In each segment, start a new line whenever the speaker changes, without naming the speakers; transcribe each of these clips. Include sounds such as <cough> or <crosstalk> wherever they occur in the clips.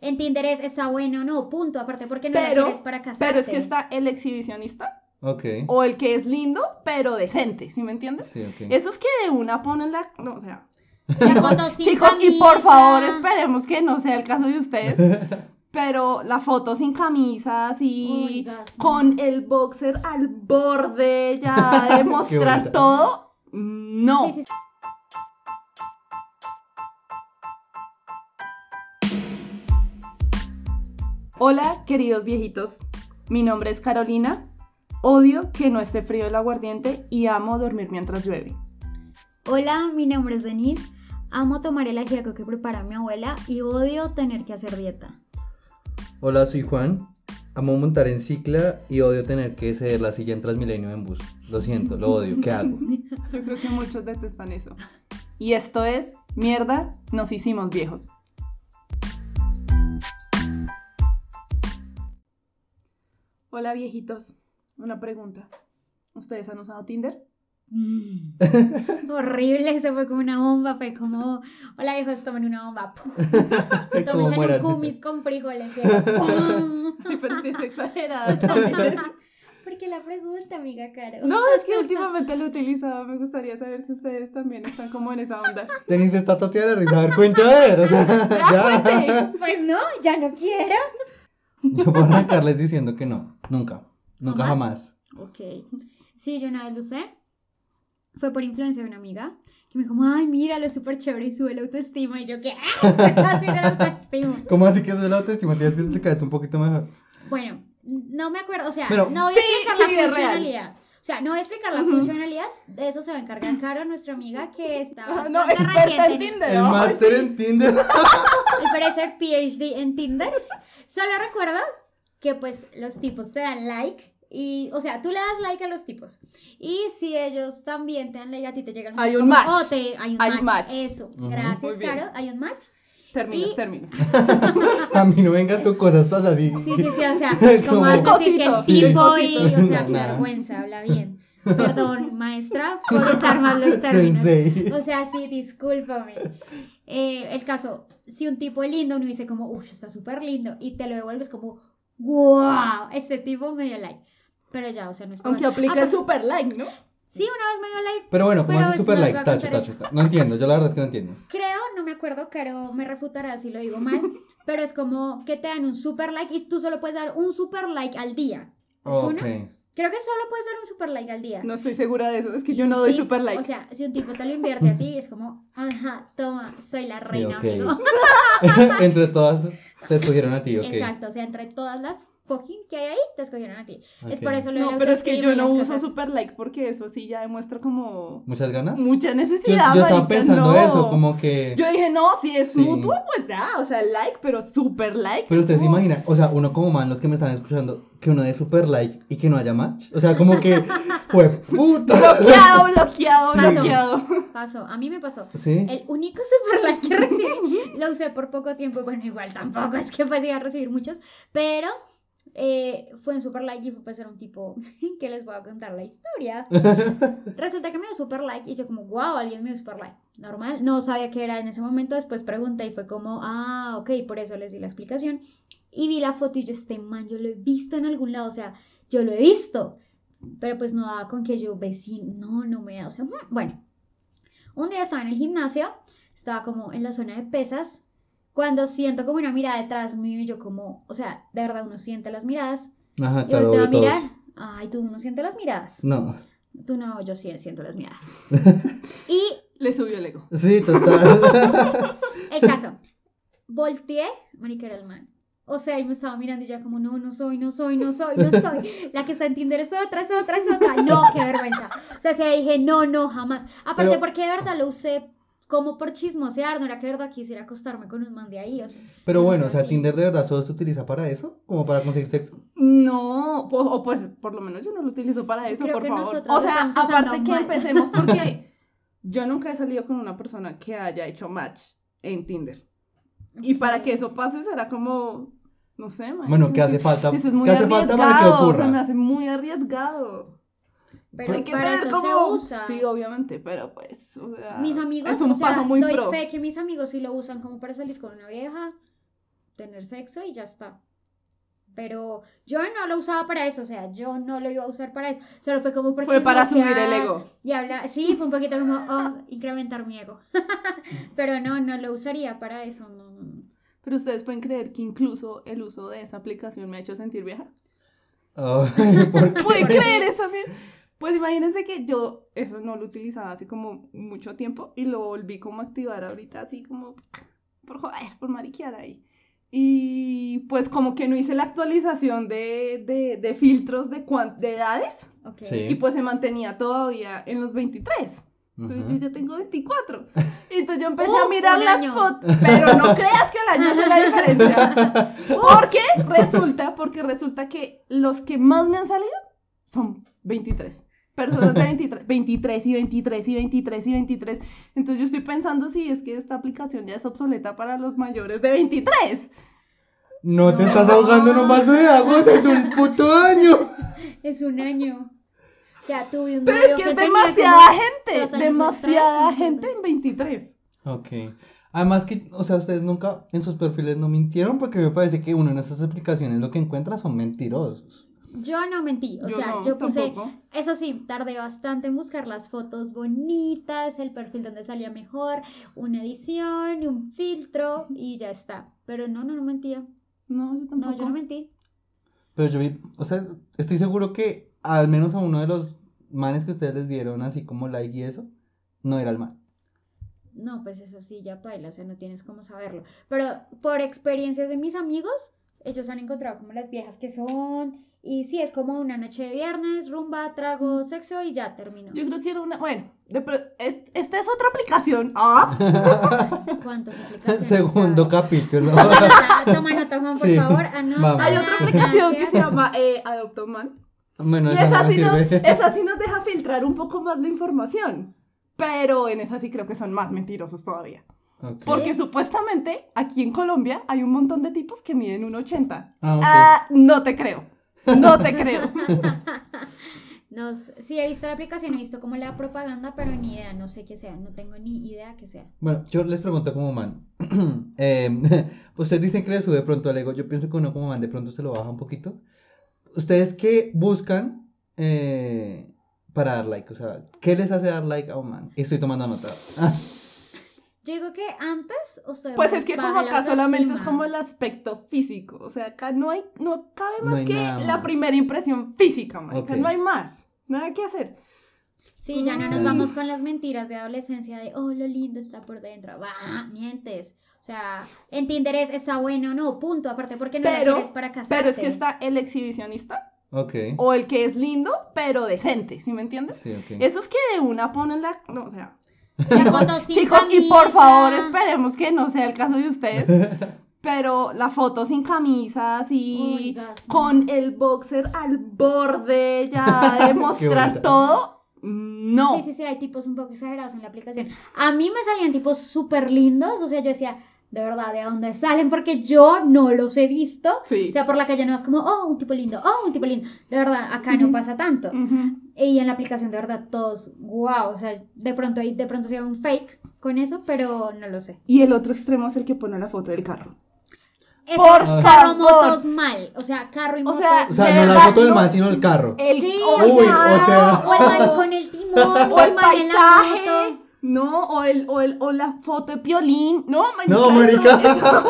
en Tinder es está bueno, no, punto, aparte porque no la
Pero-
quieres para casarte.
Pero es que está el exhibicionista
Ok.
o el que es lindo, pero decente, ¿sí me entiendes?
Sí, ok.
Esos que de una ponen la... No, o sea...
La
no, <laughs>
foto sin
chicos, y por
camisa.
favor esperemos que no sea el caso de ustedes, <laughs> pero la foto sin camisa, así,
Uy, gas, no.
con el boxer al borde
<laughs>
ya de mostrar
bonita.
todo, no.
Sí, sí, sí.
Hola, queridos viejitos. Mi nombre es Carolina. Odio que no esté frío el aguardiente y amo dormir mientras llueve.
Hola, mi nombre es Denise. Amo tomar el ajiaco que prepara mi abuela y odio tener que hacer dieta.
<laughs> Hola, soy Juan. Amo montar en cicla y odio tener que ceder la silla en Transmilenio en bus. Lo siento, lo odio. ¿Qué hago?
Yo creo que muchos detestan eso. Y esto es Mierda, nos hicimos viejos. Hola, viejitos. Una pregunta. ¿Ustedes han usado Tinder?
<laughs>
<laughs>
Mm. Horrible, eso fue como una bomba, fue como, hola viejos, tomen una bomba. pum.
Como
Tómense un
mueran.
cumis con frijoles. viejos, pum. <laughs>
Ay, pero estoy <laughs> exagerada. también.
¿Por qué la pregunta, amiga Caro?
No, es que últimamente lo he utilizado. Me gustaría saber si ustedes también están como en esa onda.
<laughs> Denise está toteada de
<laughs>
la risa. A ver, cuéntame. O sea, ya.
Pues no, ya no quiero.
Yo puedo arrancarles diciendo que no. Nunca. Nunca
¿Jamás?
jamás.
Ok. Sí, yo una vez lo usé. Fue por influencia de una amiga que me dijo, ay, mira, lo es súper chévere y sube la autoestima. Y yo, ¿qué? <laughs> Ah, casi la autoestima.
¿Cómo así que eso es la autoestima? Tienes que explicar esto un poquito mejor.
Bueno, no me acuerdo, o sea,
Pero-
no voy a
Sí,
explicar
sí,
la
es real.
funcionalidad. O sea, no voy a explicar la
Ujú.
funcionalidad, de eso se va a encargar Caro, nuestra amiga que está
<laughs> Ah, No,
bastante este
experta
radiante
en Tinder.
El
¿no?
máster en Tinder. <laughs>
al parecer PhD en Tinder. Solo recuerdo que pues los tipos te dan like y, o sea, tú le das like a los tipos. Y si ellos también te dan like a ti, te llegan
Hay un
como,
match.
"Oh, te- hay un
Hay
match.
un match.
Eso.
Ujú.
Muy
Gracias,
bien.
Caro. Hay un match.
Términos,
Y-
términos.
A mí no vengas con cosas todas así.
Sí, sí, sí, o
<laughs>
sea, como
Como-
vas a decir que el
Cositos.
tipo
Sí.
y, o sea, qué
Nada.
vergüenza, habla bien. Perdón, maestra, por usar mal los términos.
<laughs> Sensei.
O sea, sí, discúlpame. Eh, el caso, si un tipo es lindo, uno dice como, uff, está súper lindo, y te lo devuelves como, wow, este tipo me dio like. Pero ya, o sea, no es por
Aunque
nada. Ah,
aplica
pero-
el super like, ¿no?
Sí, una vez me dio like,
Pero bueno, como
Pero
hace
eso
super
nos
like,
va a
tacho,
contar
tacho, tacho. No entiendo, yo la verdad es que no entiendo.
creo, no me acuerdo, pero me refutará si lo digo
<laughs>
mal, pero es como que te dan un super like y tú solo puedes dar un super like al día. ¿Es
Ok.
una? Creo que solo puedes dar un super like al día.
No estoy segura de eso, es que yo no doy
Sí,
super like.
O sea, si un tipo te lo invierte a ti, es como, ajá, toma, soy la
Sí,
reina, amigo.
ok. <laughs> Entre todas te escogieron a ti, ok.
Exacto, o sea, entre todas las fucking que hay ahí, te escogieron a ti. Es
Ok.
por eso lo de
no,
la
pero es que
autoestima
yo
y
no
las
uso
cosas.
super like porque eso sí ya demuestra como
¿Muchas ganas?
mucha
Yo,
necesidad.
yo estaba
marica,
pensando
no.
eso, como que.
Yo dije, no, si es
Sí.
mutuo, pues ya, o sea, like, pero super like. uh.
Pero ustedes se
no.
imaginan, o sea, uno como man, los que me están escuchando, que uno dé super like y que no haya match. O sea, como
<laughs>
que. ¡Fue puta! <laughs>
Bloqueado, bloqueado,
Sí.
bloqueado.
Pasó, a mí me pasó.
¿Sí?
El único super like que recibí lo usé por poco tiempo. Bueno, igual tampoco es que pasé a recibir muchos, pero eh, fue un super like y fue para ser un tipo <laughs> que les voy a contar la historia. Resulta que me dio super like y yo, como, wow, alguien me dio super like. Normal, no sabía qué era en ese momento. Después pregunté y fue como, ah, ok, por eso les di la explicación. Y vi la foto y yo, este man, yo lo he visto en algún lado, o sea, yo lo he visto. Pero pues no daba con que yo vecino, no, no me da, o sea, mm, bueno. Un día estaba en el gimnasio, estaba como en la zona de pesas, cuando siento como una mirada detrás mío y yo como, o sea, de verdad uno siente las miradas.
Ajá,
y
claro,
volteo a
obvio, todos.
mirar, ay, tú no sientes las miradas.
No.
Tú no, yo sí siento las miradas. y
Le subió el ego.
Sí, total. <laughs>
el caso, volteé, marica era el man. O sea, y me estaba mirando y ya como, no, no soy, no soy, no soy, no soy. La que está en Tinder es otra, es otra, es otra. No, qué vergüenza. O sea, sí, dije, no, no, jamás. Aparte,
Pero-
porque de verdad lo usé como por chismosear, no era que de verdad quisiera acostarme con un man de ahí. O sea,
Pero bueno, o
Sí.
sea, Tinder de verdad solo se utiliza para eso, como para conseguir sexo.
No, po- o pues por lo menos yo no lo utilizo para eso,
Creo
por
que
favor.
nosotras
O sea,
estamos usando
aparte que
mal.
<laughs>
empecemos porque yo nunca he salido con una persona que haya hecho match en Tinder. Y para que eso pase será como, no sé, marica,
Bueno, ¿qué hace falta?
Eso es muy
¿Qué hace
arriesgado.
falta para que ocurra?
Se me hace muy arriesgado.
Pero
Hay que
para
tener
eso
como-
se usa.
Sí, obviamente, pero pues. o sea,
mis amigos,
Es un
o sea,
paso muy
doy
pro.
fe que mis amigos sí lo usan como para salir con una vieja. tener sexo y ya está. Pero yo no lo usaba para eso, o sea, yo no lo iba a usar para eso. Solo fue como por
Fue para subir el
chismosear
ego.
Y hablar, sí, fue un poquito como, oh, incrementar mi ego. <laughs> Pero no, no lo usaría para eso, no, no, no.
Pero ustedes pueden creer que incluso el uso de esa aplicación me ha hecho
<laughs>
sentir vieja.
Ay, ¿por qué?
¿Pueden creer eso? men? Pues imagínense que yo eso no lo utilizaba hace como mucho tiempo y lo volví como a activar ahorita, así como por joder, por mariquear ahí. Y pues como que no hice la actualización de, de, de filtros de, cuan- de edades
Ok.
Sí.
y pues se mantenía todavía en los 23. Entonces
Ujú.
yo ya tengo 24. Entonces yo empecé a
Uf,
mirar
un
las
año.
fotos, pero no creas que el año es la diferencia.
<laughs>
Porque resulta, porque resulta que los que más me han salido son 23. Personas de 23,
<laughs>
23 y 23 y 23 y 23. Entonces yo estoy pensando si es que esta aplicación ya es obsoleta para los mayores de 23.
No te estás
No.
ahogando en un vaso de agua, eso es un puto año.
Es un año. O sea, tuve un
Pero
novio
es que es
tenía
demasiada
como- dos
gente,
años
demasiada
atrás, ¿no?
gente en 23.
Ok. Además que, o sea, ustedes nunca en sus perfiles no mintieron porque me parece que uno en esas aplicaciones lo que encuentra son mentirosos.
Yo no mentí, o
Yo
sea,
no,
yo puse,
tampoco.
eso sí, tardé bastante en buscar las fotos bonitas, el perfil donde salía mejor, una edición, un filtro y ya está. Pero no, no, no mentía.
No, yo tampoco.
No, yo no mentí.
Pero yo vi, o sea, estoy seguro que al menos a uno de los manes que ustedes les dieron así como like y eso, no era el man.
No, pues eso sí, ya paila, o sea, no tienes cómo saberlo. Pero por experiencias de mis amigos, ellos han encontrado como las viejas que son. Y sí, es como una noche de viernes, rumba, trago, sexo y ya terminó.
Mm. Yo creo que era una. Bueno, de pro- es- esta es otra aplicación. Ah, <laughs>
¿Cuántas aplicaciones?
<laughs> Segundo
hay?
capítulo.
Toma nota, Toma nota, Juan, por
Sí,
favor. Anota.
vamos.
Ah, hay otra aplicación que
Gracias.
se llama eh, Adopt a Man.
bueno,
y
esa no
esa
nos
sí, nos,
sirve.
esa sí nos deja filtrar un poco más la información. Pero en esa sí creo que son más mentirosos todavía.
<laughs> Ok.
Porque supuestamente aquí en Colombia hay un montón de tipos que miden 1,80.
Ah,
Ah, no te creo. No te creo.
<laughs> No sé, sí, he visto la aplicación, he visto como la propaganda, pero ni idea, no sé qué sea, no tengo ni idea qué sea.
ok. Bueno, yo les pregunto como man. <clears throat> Eh, <laughs> ustedes dicen que le sube pronto al ego. Yo pienso que uno como man de pronto se lo baja un poquito. ¿Ustedes qué buscan eh, para dar like? O sea, ¿qué les hace dar like a un man? Estoy tomando nota.
Yo digo que antes ustedes.
Pues es que
baja
como
la
acá solamente es
autoestima.
como el aspecto físico. O sea, acá no hay, no cabe
No
más
hay
que
nada
la
más.
primera impresión física, man.
Ok.
no hay más. Nada que hacer.
Sí, ya no
Sí.
nos vamos con las mentiras de adolescencia de, oh, lo lindo está por dentro. Bah, mientes. O sea, en Tinder es, está bueno, no, punto. Aparte, porque no
Pero-
la quieres para casarte.
Pero es que está el exhibicionista
Ok.
o el que es lindo, pero decente, ¿sí me entiendes?
Sí, ok.
Esos que de una ponen la. No, o sea.
La foto sin
<laughs> Chicos, y por
camisa.
favor, esperemos que no sea el caso de ustedes.
<laughs>
Pero la foto sin camisa, así.
Uy, gas, no.
con el boxer al borde, ya
<laughs>
de mostrar
bonita.
todo. No.
Sí, sí, sí, hay tipos un poco exagerados en la aplicación. A mí me salían tipos súper lindos, o sea, yo decía, de verdad, ¿de dónde salen? Porque yo no los he visto.
Sí.
O sea, por la calle no es como, oh, un tipo lindo, oh, un tipo lindo. De verdad, acá no
Ujú.
pasa tanto.
Ujú.
Y en la aplicación, de verdad, todos, wow, o sea, de pronto, hay- de pronto sea un fake con eso, pero no lo sé.
Y el otro extremo es el que pone la foto del carro.
Es
Por
carro
favor.
motos mal, o sea, carro y
O
motos
sea,
O
de
sea, no la
verdad,
foto del
no.
man, sino el carro.
El,
Sí,
o
o,
Uy,
sea,
o sea.
o el man <laughs> con el
<laughs>
timón,
o el
man en la
paisaje,
moto.
no, o, el, o, el, o la foto de Piolín, no, marica,
No,
eso-
marica.
Eso,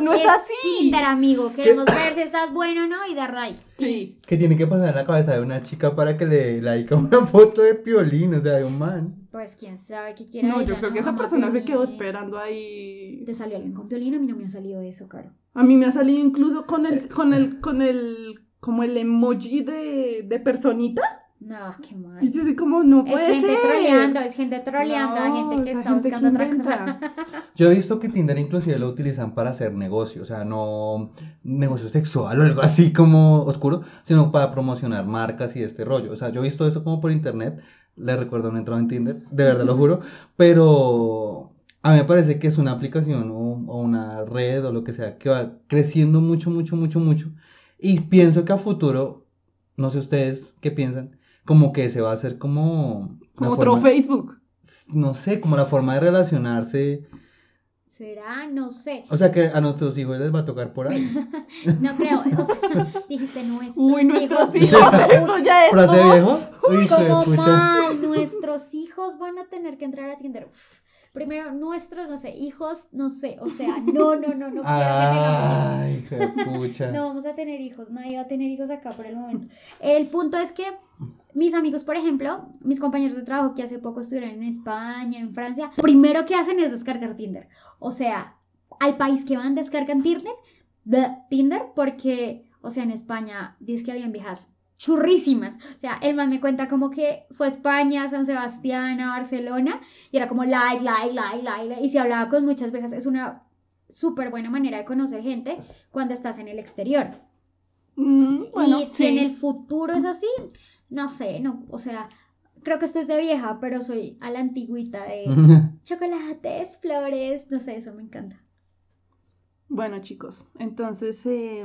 <laughs>
no es así.
Tinder, amigo. Queremos ver si estás bueno o no y dar like.
Sí.
Que tiene que pasar en la cabeza de una chica para que le like a una <laughs> foto de piolín, o sea, de un man.
Pues quién sabe qué quiera
No,
ella,
yo creo que esa
Ama
persona se quedó
Piolín.
esperando ahí.
¿Te salió alguien con Piolín? A mí no me ha salido eso, Caro.
A mí me ha salido incluso con el, con el, con el, como el emoji de, de personita.
No, qué
Y
mal.
yo así como, no
Es
puede
gente
ser.
troleando, es gente troleando, hay
No,
gente que
esa
está
gente
buscando otra cosa.
inventa.
Yo he visto que Tinder inclusive lo utilizan para hacer negocio, o sea, no negocio sexual o algo así como oscuro, sino para promocionar marcas y este rollo. O sea, yo he visto eso como por internet, le recuerdo no he entrado en Tinder, de verdad lo juro, pero a mí me parece que es una aplicación o, o una red o lo que sea que va creciendo mucho, mucho, mucho, mucho. Y pienso que a futuro, no sé ustedes qué piensan, como que se va a hacer como... la
Como
forma-
otro Facebook.
no sé, como la forma de relacionarse
¿Será? No sé.
O sea que a nuestros hijos les va a tocar
<laughs>
por ahí.
No creo. O sea, <laughs> dijiste nuestros
Uy, nuestros
<laughs>
hijos,
Dios,
<laughs> eso ya es.
¿Frase
todo.
viejo? <laughs> Uy, se
Como
escucha.
mal, nuestros hijos van a tener que entrar a Tinder. Uf. Primero, nuestros, no sé, hijos, no sé. O sea, no, no, no, no quiero que tengamos hijos.
Ay, hijo de pucha.
No vamos a tener hijos, nadie va a tener hijos acá por el momento. El punto es que mis amigos, por ejemplo, mis compañeros de trabajo que hace poco estuvieron en España, en Francia, lo primero que hacen es descargar Tinder. O sea, al país que van descargan Tinder, de- Tinder porque, o sea, en España dice que habían viejas churrísimas. O sea, el man me cuenta como que fue a España, San Sebastián, a Barcelona, y era como like, like, like, like, like, y se hablaba con muchas viejas. Es una súper buena manera de conocer gente cuando estás en el exterior.
Mm, bueno,
y si
sí.
en el futuro es así, no sé, no, o sea, creo que esto es de vieja, pero soy a la antigüita
<laughs>
de chocolates, flores, no sé, eso me encanta.
Bueno, chicos, entonces eh,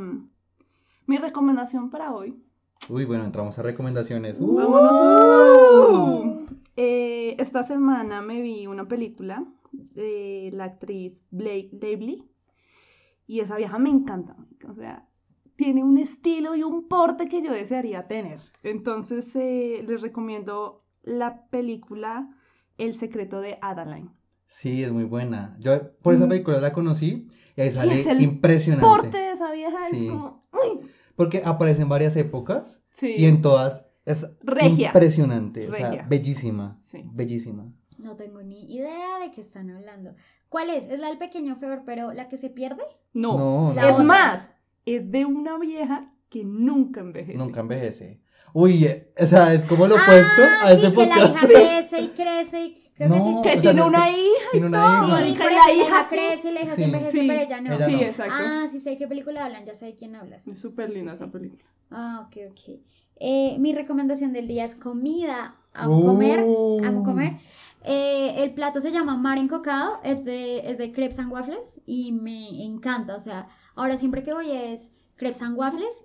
mi recomendación para hoy.
<laughs> Uy, bueno, entramos a recomendaciones.
Uh.
Vámonos. Eh, esta semana me vi una película de la actriz Blake Lively y esa vieja me encanta. O sea, tiene un estilo y un porte que yo desearía tener. Entonces eh, les recomiendo la película El secreto de Adeline.
Sí, es muy buena. Yo por esa
Mm.
película la conocí y ahí sale
es el
impresionante.
Porte de esa vieja
Sí.
es como. ¡Uy!
Porque aparece en varias épocas
Sí.
y en todas es
Regia.
impresionante. O sea,
Regia.
bellísima.
Sí.
Bellísima.
No tengo ni idea de qué están hablando. ¿Cuál es? Es la del pequeño feor, pero la que se pierde.
No.
No,
La
Es
otra.
más, es de una vieja que nunca envejece.
nunca envejece. Uy, eh, o sea, es como lo opuesto
Ah,
a este
sí, que la
podcast.
hija crece y crece y creo que sí.
No,
Que
o sea,
tiene
no es
una
que-
hija.
<laughs> Tiene una
todo,
hija.
Sí,
marica,
pero
y
es que
la
la hija
hija sí.
crece y la hija
Sí.
se envejece,
Sí.
pero ella no.
Ella
sí,
no.
exacto.
Ah, sí sé de qué película hablan, ya sé de quién hablas.
es súper
Sí, sí,
linda
sí.
esa película.
Ah, ok, ok. Eh, mi recomendación del día es comida. Amo comer.
Uh.
Amo comer. Eh, el plato se llama Mar Encocado. Es de, es de crepes and waffles y me encanta. O sea, ahora siempre que voy es crepes and waffles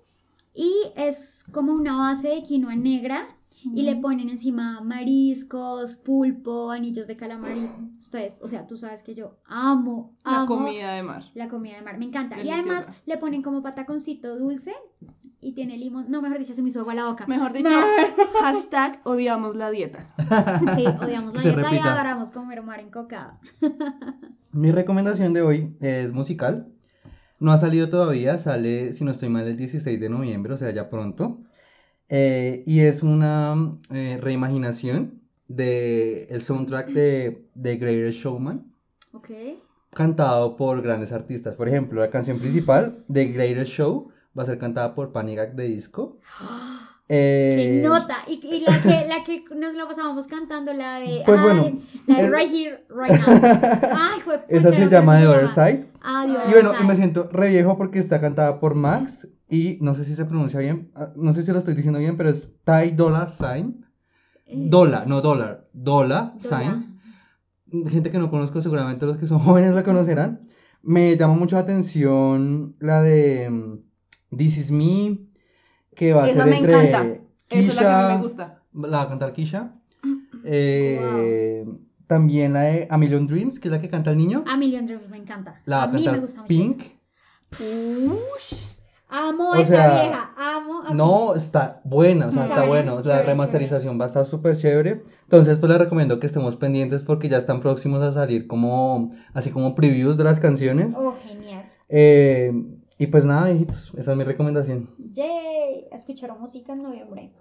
y es como una base de quinoa negra y le ponen encima mariscos, pulpo, anillos de calamar. y Ustedes, o sea, tú sabes que yo amo,
La
amo
comida de mar.
la comida de mar, me encanta. Y
Deliciosa.
además le ponen como pataconcito dulce y tiene limón. No, mejor dicho, se me hizo agua la boca.
Mejor dicho,
Ah.
<laughs> hashtag odiamos la dieta.
Sí, odiamos la
Se
dieta y
repita.
adoramos comer mar encocado.
Mi recomendación de hoy es musical. No ha salido todavía, sale, si no estoy mal, el 16 de noviembre, o sea, ya pronto. Eh, y es una eh, reimaginación del el soundtrack de The Greatest Showman, <gasps>
Ok.
cantado por grandes artistas. Por ejemplo, la canción principal, The Greatest Show, va a ser cantada por Panic! de Disco.
¡Qué
Eh,
nota! Y, y la, que, la que nos lo pasábamos cantando, la de.
Pues
ay,
bueno,
La de
es-
Right Here, Right Now. Ay, juepucha,
<laughs> Esa se
no sé
llama
cómo
The
se
Other Side.
Ah, The Other
Ah.
Y bueno, y me
Side.
siento re viejo porque está cantada por Max y no sé si se pronuncia bien, ah, no sé si lo estoy diciendo bien, pero es Ty Dollar Sign.
Eh,
Dollar, no dólar, Dollar
Dola.
Sign. Gente que no conozco, seguramente los que son <laughs> jóvenes la conocerán. Me llama mucho la atención la de mm, This Is Me, que va a
Esa
ser
me
entre
encanta. Esa es la que a mí me gusta.
la va a
<clears throat>
cantar Kisha. Eh, También la de A Million Dreams, que es la que canta el niño.
A Million Dreams me encanta.
La va
a
a
mí me
cantar
gusta mucho.
Pink.
Ush.
Amo
O
a esa
sea,
vieja. Amo a
No, está buena, o sea,
Mm.
está
Está bien,
bueno. La
chévere,
remasterización va a estar súper chévere. Entonces, pues les recomiendo que estemos pendientes porque ya están próximos a salir como, así como previews de las canciones.
Oh, genial.
Eh, y pues nada, hijitos, esa es mi recomendación.
Yay. A escuchar música en noviembre.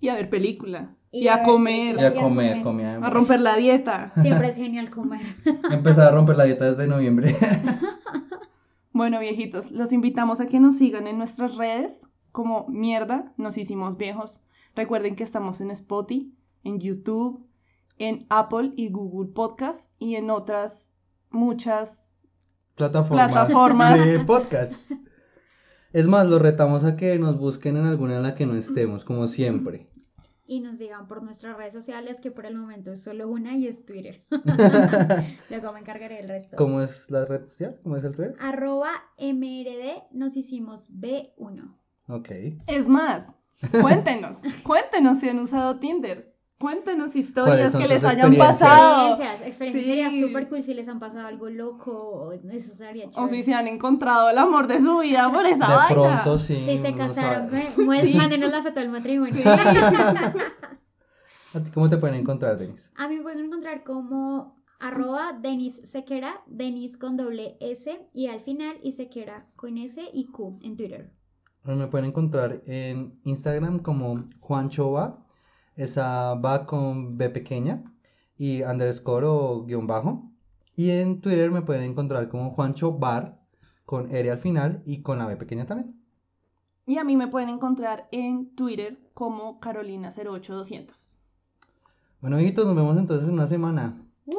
Y a ver película.
Y
Y,
a
a
ver
comer.
Y a
Y a
comer,
comer.
comida. de
A
mar.
romper la dieta.
Siempre
<laughs>
es genial comer.
<laughs> Empezar a romper la dieta desde noviembre. <laughs>
Bueno, viejitos, los invitamos a que nos sigan en nuestras redes. Como mierda, nos hicimos viejos. Recuerden que estamos en Spotify, en YouTube, en Apple y Google Podcast y en otras muchas.
Plataformas,
Plataformas.
<laughs> de podcast. Es más, los retamos a que nos busquen en alguna en la que no estemos, como
<laughs>
siempre. <laughs>
Y nos digan por nuestras redes sociales que por el momento es solo una y es Twitter. <laughs> Luego me encargaré del resto.
¿Cómo es la red social? ¿Cómo es el red?
Arroba MRD nos hicimos B1.
Ok. <laughs>
Es más, cuéntenos, cuéntenos si han usado Tinder. Cuéntenos
¿Cuáles
historias
son
que
sus
les hayan
experiencias?
pasado.
Experiencias, experiencias
Sí.
sería súper cool si les han pasado algo loco, o eso sería
O
chévere.
si se han encontrado el amor de su vida por esa
De
vaina.
pronto sí.
Si se
no
casaron,
sabes.
pues, pues,
Sí.
mándenos la foto del matrimonio.
¿A ti ¿Cómo te pueden encontrar, Denis?
<laughs> A mí me pueden encontrar como arroba Denis Sequera, Denis con doble S y al final y Sequera con S y Q en Twitter.
Bueno, me pueden encontrar en Instagram como Juancho va. Esa va con B pequeña y underscore o guión bajo. Y en Twitter me pueden encontrar como Juancho Bar con R al final y con la B pequeña también.
Y a mí me pueden encontrar en Twitter como Carolina08200.
Bueno, amiguitos, nos vemos entonces en una semana.
Uh,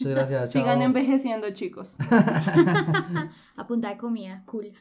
Muchas
<laughs>
gracias.
sigan
chao.
envejeciendo, chicos.
A punta de comida, cool.